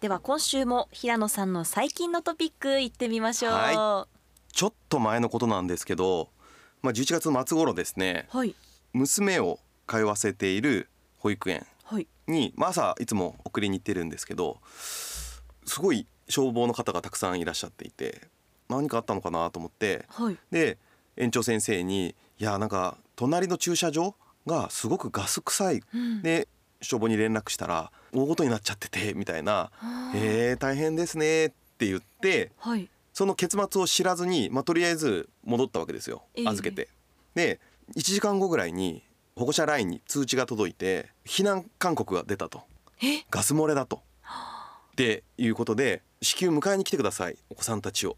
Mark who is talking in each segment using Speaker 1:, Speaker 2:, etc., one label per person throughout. Speaker 1: では今週も平野さんの最近のトピックいってみましょうは
Speaker 2: はちょっと前のことなんですけど、まあ、11月の末頃ですね
Speaker 1: いはい、
Speaker 2: 娘を通わせている保育園に、まあ、朝いつも送りに行ってるんですけどすごい消防の方がたくさんいらっしゃっていて何かあったのかなと思って
Speaker 1: はい
Speaker 2: で園長先生に「いやなんか隣の駐車場がすごくガス臭い」
Speaker 1: うん
Speaker 2: で消防に連絡したら大ごとになっちゃっててみたいな
Speaker 1: あ
Speaker 2: 「
Speaker 1: ー
Speaker 2: えー、大変ですね」って言って
Speaker 1: はい
Speaker 2: その結末を知らずに、まあ、とりあえず戻ったわけですよ
Speaker 1: ええ
Speaker 2: 預けて。で1時間後ぐらいに保護者 LINE に通知が届いて避難勧告が出たと
Speaker 1: え
Speaker 2: ガス漏れだと。っていうことで至急迎えに来てくださいお子さんたちを。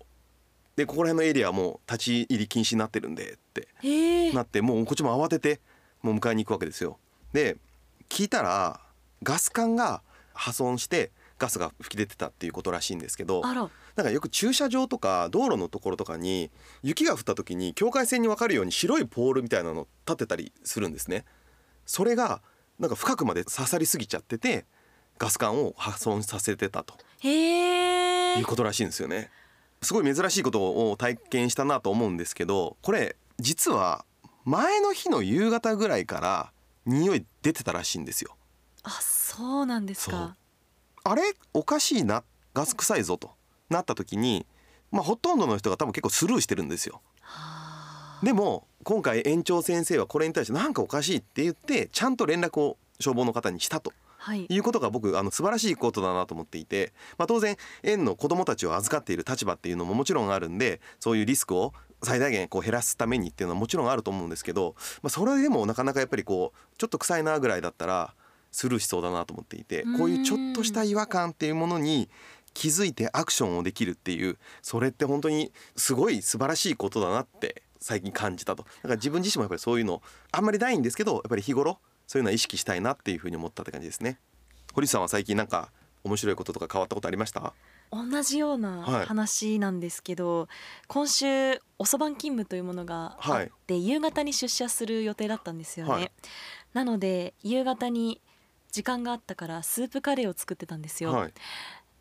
Speaker 2: でここら辺のエリアはもう立ち入り禁止になってるんでって
Speaker 1: えー
Speaker 2: なってもうこっちも慌ててもう迎えに行くわけですよ。で聞いたらガス管が破損してガスが噴き出てたっていうことらしいんですけど
Speaker 1: あら
Speaker 2: なんかよく駐車場とか道路のところとかに雪が降った時に境界線に分かるように白いポールみたいなの立てたりするんですね。それがなんか深くまで刺さりすぎちゃっててガス管を破損させてたと
Speaker 1: へえ
Speaker 2: いうことらしいんですよね。すごい珍しいことを体験したなと思うんですけどこれ実は前の日の夕方ぐらいから匂い出てたらしいんですよ。
Speaker 1: あそうなんですか
Speaker 2: あれおかしいなガス臭いぞとなった時に、まあ、ほとんどの人が多分結構スルーしてるんですよ。
Speaker 1: は
Speaker 2: でも今回園長先生はこれに対してなんかおかしいって言ってちゃんと連絡を消防の方にしたと
Speaker 1: あはい
Speaker 2: いうことが僕あの素晴らしいことだなと思っていて、まあ、当然園の子どもたちを預かっている立場っていうのももちろんあるんでそういうリスクを最大限こう減らすためにっていうのはもちろんあると思うんですけど、まあ、それでもなかなかやっぱりこうちょっと臭いなぐらいだったらスルーしそうだなと思っていてこういうちょっとした違和感っていうものに気づいてアクションをできるっていうそれって本当にすごい素晴らしいことだなって最近感じたとだから自分自身もやっぱりそういうのあんまりないんですけどやっぱり日頃そういうのは意識したいなっていうふうに思ったって感じですね堀内さんは最近なんか面白いこととか変わったことありました
Speaker 1: 同じような
Speaker 2: はい
Speaker 1: 話なんですけど、今週遅番勤務というものがあ
Speaker 2: は
Speaker 1: っ
Speaker 2: い
Speaker 1: て、夕方に出社する予定だったんですよね、
Speaker 2: はい
Speaker 1: なので夕方に時間があったからスープカレーを作ってたんですよ、
Speaker 2: はい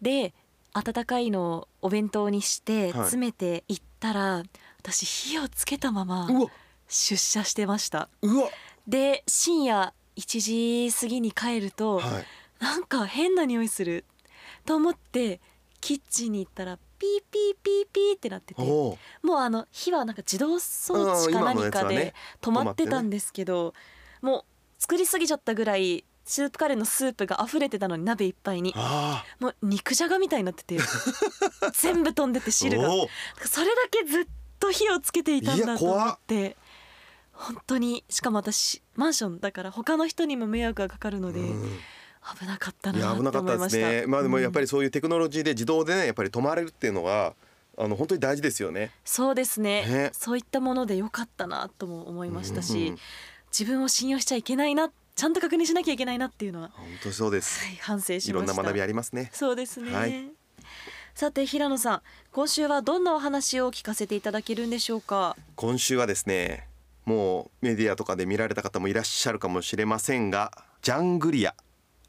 Speaker 1: で温かいのをお弁当にして
Speaker 2: い
Speaker 1: 詰めていったら、私火をつけたまま
Speaker 2: うわ
Speaker 1: 出社してました
Speaker 2: うわ
Speaker 1: で深夜1時過ぎに帰ると、
Speaker 2: はい
Speaker 1: なんか変な匂いすると思ってキッチンに行ったらピーピーピーピーってなってて
Speaker 2: お
Speaker 1: も
Speaker 2: お
Speaker 1: うあの火はなんか自動装置か
Speaker 2: うん今の
Speaker 1: 何
Speaker 2: やつは
Speaker 1: かで
Speaker 2: ね
Speaker 1: 止まってたんですけど、もう作りすぎちゃったぐらいスープカレーのスープが溢れてたのに鍋いっぱいに
Speaker 2: あ
Speaker 1: もう肉じゃがみたいになって て全部飛んでて
Speaker 2: ー
Speaker 1: 汁が
Speaker 2: おお
Speaker 1: それだけずっと火をつけていたん
Speaker 2: い
Speaker 1: だ
Speaker 2: や
Speaker 1: と思
Speaker 2: 怖っ
Speaker 1: って本当にしかも私マンションだから他の人にも迷惑がかかるので。
Speaker 2: うん
Speaker 1: 危なかった
Speaker 2: い
Speaker 1: な
Speaker 2: や
Speaker 1: っ
Speaker 2: 危
Speaker 1: て
Speaker 2: なかっ
Speaker 1: 思い
Speaker 2: た
Speaker 1: ま
Speaker 2: で
Speaker 1: し
Speaker 2: す
Speaker 1: た
Speaker 2: ね。まあでもやっぱ
Speaker 1: り、
Speaker 2: りそういうテクノロジーで自動でねやっぱり止まれるっていうのはあの本当に大事ですよね。
Speaker 1: そうですね
Speaker 2: ね
Speaker 1: そういったもので良かったなとも思いましたし、
Speaker 2: うん
Speaker 1: 自分を信用しちゃいけないなちゃんと確認しなきゃいけないなっていうのは、は
Speaker 2: 本当にそうです。
Speaker 1: い、反省し
Speaker 2: い
Speaker 1: ま
Speaker 2: ろ
Speaker 1: した
Speaker 2: んな学びありますね。
Speaker 1: そうですね、
Speaker 2: はい
Speaker 1: さて平野さん今週はどんなお話を聞かせていただけるんでしょうか
Speaker 2: 今週はですね、もうメディアとかで見られた方もいらっしゃるかもしれませんが、ジャングリア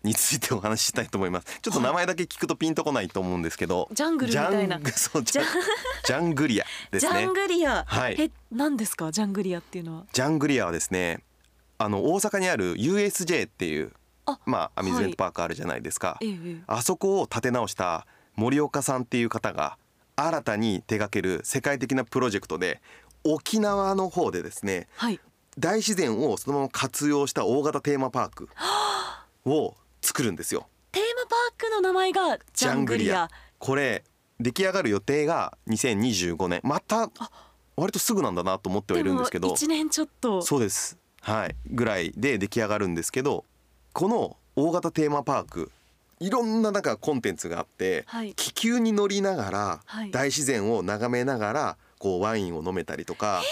Speaker 2: についてお話ししたいと思います。ちょっと名前だけ聞くとピンとこないと思うんですけど、
Speaker 1: ジャングルみたいな
Speaker 2: ジャン そうジ
Speaker 1: ジ
Speaker 2: ャ
Speaker 1: ャ
Speaker 2: ンジャングリアです
Speaker 1: ジャ
Speaker 2: ね
Speaker 1: ン。グリア、
Speaker 2: はい
Speaker 1: え何ですかジャングリアっていうのは
Speaker 2: ジャングリアはですね、あの大阪にある USJ っていう
Speaker 1: あ
Speaker 2: まあアミューズメントパークあるじゃないですか。
Speaker 1: ええ
Speaker 2: あそこを立て直した森岡さんっていう方が新たに手掛ける世界的なプロジェクトで沖縄の方でですね
Speaker 1: はい
Speaker 2: 大自然をそのまま活用した大型テーマパークを作るんですよ。
Speaker 1: テーマパークの名前がジャングリア
Speaker 2: これ出来上がる予定が2025年また割とすぐなんだなと思ってはいるんですけ
Speaker 1: で
Speaker 2: ど
Speaker 1: も1年ちょっと
Speaker 2: そうですはいぐらいで出来上がるんですけどこの大型テーマパークいろんななんかコンテンツがあって、
Speaker 1: はい
Speaker 2: 気球に乗りながら、
Speaker 1: はい
Speaker 2: 大自然を眺めながらこうワインを飲めたりとか、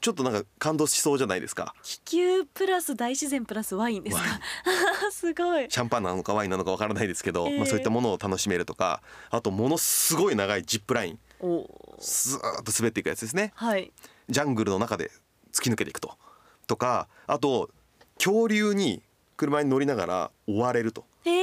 Speaker 2: ちょっとなんか感動しそうじゃないですか
Speaker 1: 気球プラス大自然プラスワインですか
Speaker 2: ワイン
Speaker 1: すごい
Speaker 2: シャンパンなのかワインなのかわからないですけど、
Speaker 1: ええ
Speaker 2: まあ、そういったものを楽しめるとかあとものすごい長いジップライン
Speaker 1: おー
Speaker 2: ずーっと滑っていくやつですね
Speaker 1: はい
Speaker 2: ジャングルの中で突き抜けていくととかあと恐竜に車に乗りながら追われると
Speaker 1: えー、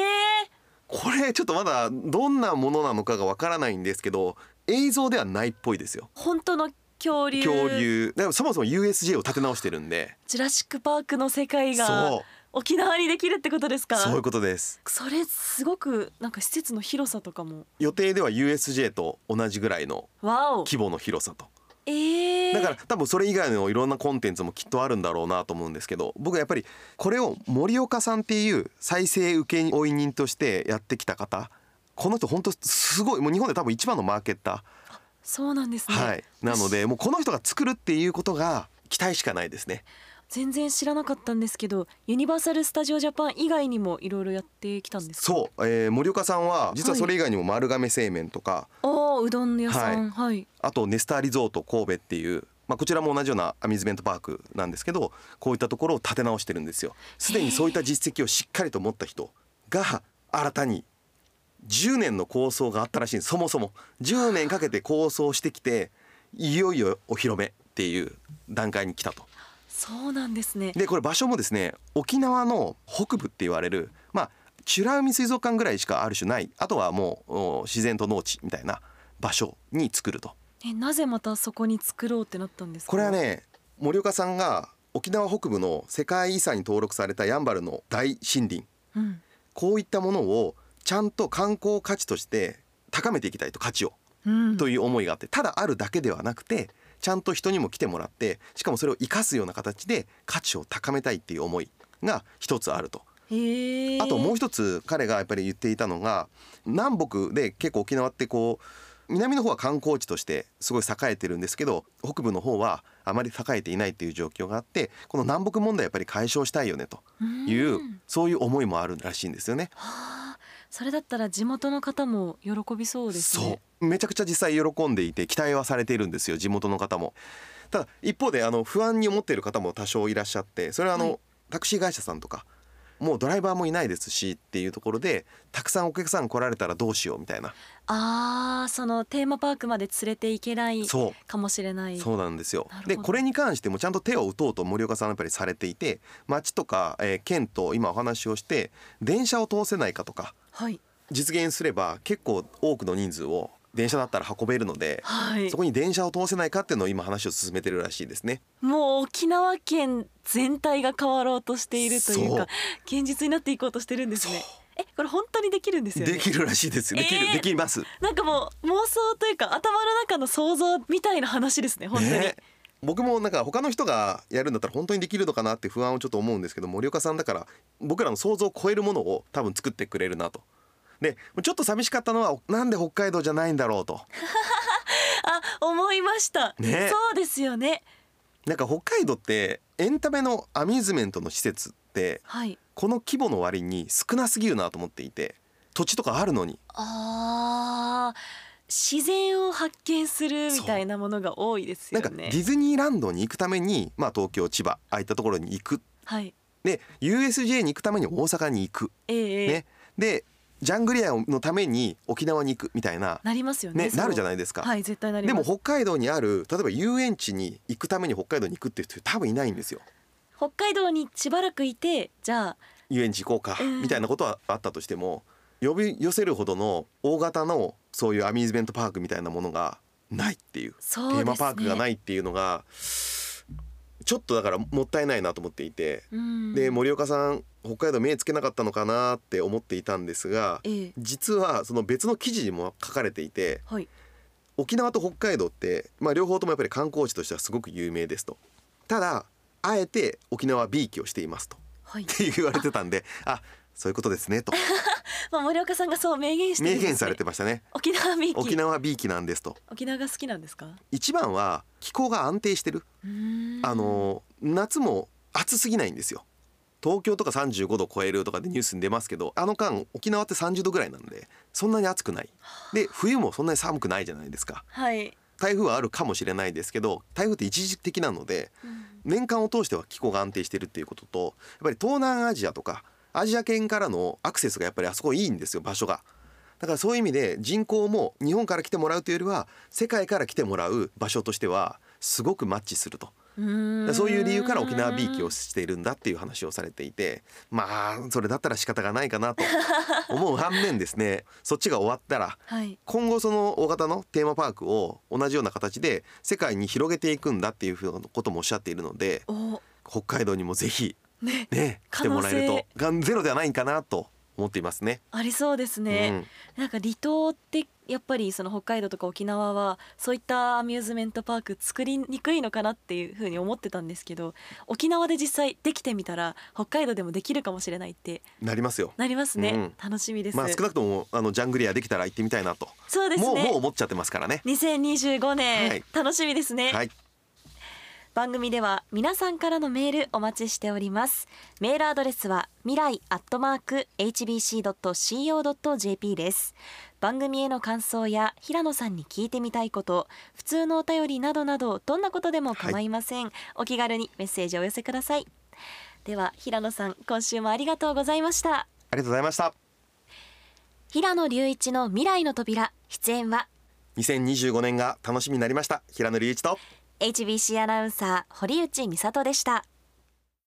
Speaker 2: これちょっとまだどんなものなのかがわからないんですけど映像ではないっぽいですよ
Speaker 1: 本当の恐竜
Speaker 2: 恐竜だからそもそも USJ を立て直してるんで
Speaker 1: ジュラシック・パークの世界
Speaker 2: そ
Speaker 1: が
Speaker 2: う
Speaker 1: 沖縄にできるってことですか
Speaker 2: そういうことです
Speaker 1: それすごくなんか施設の広さとかも
Speaker 2: 予定では USJ と同じぐらいの
Speaker 1: わお
Speaker 2: 規模の広さと
Speaker 1: えー、
Speaker 2: だから多分それ以外のいろんなコンテンツもきっとあるんだろうなと思うんですけど僕はやっぱりこれを森岡さんっていう再生受け負い人としてやってきた方この人本当すごいもう日本で多分一番のマーケッタ
Speaker 1: そうなんです
Speaker 2: ー、
Speaker 1: ね、
Speaker 2: はい、なのでもうこの人が作るっていうことが期待しかないですね。
Speaker 1: 全然知らなかったんですけどユニバーサル・スタジオ・ジャパン以外にもいろいろやってきたんですか
Speaker 2: そう、えー森岡さんは実はそれ以外にも丸亀製麺とか、
Speaker 1: おーうどん屋さんはい、
Speaker 2: あとネスターリゾート神戸っていう、まあ、こちらも同じようなアミューズメントパークなんですけどこういったところを立て直してるんですよ。すでにそういった実績をしっかりと持った人が新たに10年の構想があったらしいんですそもそも10年かけて構想してきていよいよお披露目っていう段階に来たと。
Speaker 1: そうなんですね
Speaker 2: でこれ場所もですね沖縄の北部って言われるまあ美ら海水族館ぐらいしかある種ないあとはもうお自然と農地みたいな場所に作ると
Speaker 1: えなぜまたそこに作ろうってなったんですか
Speaker 2: これはね森岡さんが沖縄北部の世界遺産に登録されたやんばるの大森林
Speaker 1: うん
Speaker 2: こういったものをちゃんと観光価値として高めていきたいと価値を
Speaker 1: うん
Speaker 2: という思いがあってただあるだけではなくてちゃんと人にも来てもらってしかもそれを生かすような形で価値を高めたいっていう思いが一つあると。
Speaker 1: へえ
Speaker 2: あともう一つ彼がやっぱり言っていたのが南北で結構沖縄ってこう南の方は観光地としてすごい栄えてるんですけど北部の方はあまり栄えていないっていう状況があってこの南北問題やっぱり解消したいよねというんそういう思いもあるらしいんですよね。
Speaker 1: はあそれだったら地元の方も喜びそうですね
Speaker 2: そうめちゃくちゃ実際喜んでいて期待はされているんですよ地元の方もただ一方であの不安に思っている方も多少いらっしゃってそれはあの、
Speaker 1: はい
Speaker 2: タクシー会社さんとかもうドライバーもいないですしっていうところでたくさんお客さん来られたらどうしようみたいな、
Speaker 1: あーそのテーマパークまで連れて行けない
Speaker 2: そ
Speaker 1: かもしれな
Speaker 2: う
Speaker 1: い
Speaker 2: そうなんですよ
Speaker 1: なるほど
Speaker 2: でこれに関してもちゃんと手を打とうと森岡さんはやっぱりされていて町とか、えー県と今お話をして電車を通せないかとか
Speaker 1: はい
Speaker 2: 実現すれば結構多くの人数を電車だったら運べるので、
Speaker 1: はい
Speaker 2: そこに電車を通せないかっていうのを今話を進めてるらしいですね。
Speaker 1: もう沖縄県全体が変わろうとしているというか現実になっていこうとしてるんですねえこれ本当にできるんですよね
Speaker 2: できるらしいです。
Speaker 1: えー
Speaker 2: できる、できます。
Speaker 1: なんかもう妄想というか頭の中の想像みたいな話ですね本当に、
Speaker 2: ね僕もなんか他の人がやるんだったら本当にできるのかなって不安をちょっと思うんですけど森岡さんだから僕らの想像を超えるものを多分作ってくれるなと。でちょっと寂しかったのはなんで北海道じゃないんだろうと
Speaker 1: あ思いました、
Speaker 2: ね
Speaker 1: そうですよね
Speaker 2: なんか北海道ってエンタメのアミューズメントの施設って
Speaker 1: はい
Speaker 2: この規模の割に少なすぎるなと思っていて土地とかあるのに
Speaker 1: あー自然を発見するみたいなものが多いです
Speaker 2: な
Speaker 1: よ
Speaker 2: んかデ
Speaker 1: ね
Speaker 2: ィズニーランドに行くために、まあ、東京千葉ああいったところに行く
Speaker 1: はい
Speaker 2: で USJ に行くために大阪に行く、
Speaker 1: ええええ
Speaker 2: ね、でジャングリアのために沖縄に行くみたいな、
Speaker 1: なりますよね
Speaker 2: ね、
Speaker 1: そう
Speaker 2: なるじゃないですか、
Speaker 1: はい絶対なり
Speaker 2: で
Speaker 1: ま
Speaker 2: も
Speaker 1: す
Speaker 2: 北海道にある例えば遊園地に行くために北海道に行くっていう人多分いないんですよ
Speaker 1: 北海道にしばらくいてじゃあ
Speaker 2: 遊園地行こうか
Speaker 1: うん
Speaker 2: みたいなことはあったとしても呼び寄せるほどの大型のそういうアミューズメントパークみたいなものがないっていう
Speaker 1: そうですね
Speaker 2: テーマパークがないっていうのがちょっとだからもったいないなと思っていて
Speaker 1: うん
Speaker 2: で森岡さん北海道目つけなかったのかなって思っていたんですが
Speaker 1: ええ
Speaker 2: 実はその別の記事にも書かれていて
Speaker 1: はい
Speaker 2: 沖縄と北海道って、まあ、両方ともやっぱり観光地としてはすごく有名ですとただあえて沖縄 B 期をしていますと
Speaker 1: はい
Speaker 2: って言われてたんであそういうことですねと
Speaker 1: まあ森岡さんがそう明言してるんで
Speaker 2: 明
Speaker 1: すね
Speaker 2: 言されてましたね
Speaker 1: 沖縄ミーキ沖
Speaker 2: 沖
Speaker 1: 縄
Speaker 2: 縄 B 期なんですと
Speaker 1: が好きなんですか
Speaker 2: 一番は気候が安定してる
Speaker 1: うーん
Speaker 2: あの夏も暑すぎないんですよ東京とか35度超えるとかでニュースに出ますけどあの間沖縄って30度ぐらいなのでそんなに暑くないで冬もそんなに寒くないじゃないですか
Speaker 1: はい、
Speaker 2: 台風はあるかもしれないですけど台風って一時的なので年間を通しては気候が安定しているっていうこととやっぱり東南アジアとかアジア圏からのアクセスがやっぱりあそこいいんですよ場所が。だからそういう意味で人口も日本から来てもらうというよりは世界から来てもらう場所としてはすごくマッチすると。だからそういう理由から沖縄 B きをしているんだっていう話をされていてまあそれだったら仕方がないか なと思う反面ですねそっちが終わったら
Speaker 1: はい
Speaker 2: 今後その大型のテーマパークを同じような形で世界に広げていくんだっていうふうなこともおっしゃっているので
Speaker 1: お
Speaker 2: 北海道にもぜひ
Speaker 1: ね
Speaker 2: ね来てもらえる
Speaker 1: 可
Speaker 2: とがんゼロではないかなと思っていますね。
Speaker 1: ありそうですね、なんか離島ってやっぱりその北海道とか沖縄はそういったアミューズメントパーク作りにくいのかなっていうふうに思ってたんですけど沖縄で実際できてみたら北海道でもできるかもしれないって
Speaker 2: うん、なりますよ。
Speaker 1: なりますね、
Speaker 2: うん
Speaker 1: 楽しみです、
Speaker 2: まあ少なくともあのジャングリアできたら行ってみたいなと、
Speaker 1: そうですね
Speaker 2: もうもう思っちゃってますからね。
Speaker 1: 2025年、
Speaker 2: はい
Speaker 1: 楽しみですね、
Speaker 2: はい、
Speaker 1: 番組では皆さんからのメールお待ちしておりますメールアドレスは未来アットマーク hbc.co.jp です番組への感想や平野さんに聞いてみたいこと普通のお便りなどなどどんなことでも構いません、お気軽にメッセージをお寄せくださいでは平野さん今週もありがとうございました
Speaker 2: ありがとうございました。
Speaker 1: 平野隆一の未来の扉出演は
Speaker 2: 2025年が楽しみになりました。平野隆一と
Speaker 1: HBC アナウンサー堀内美里でした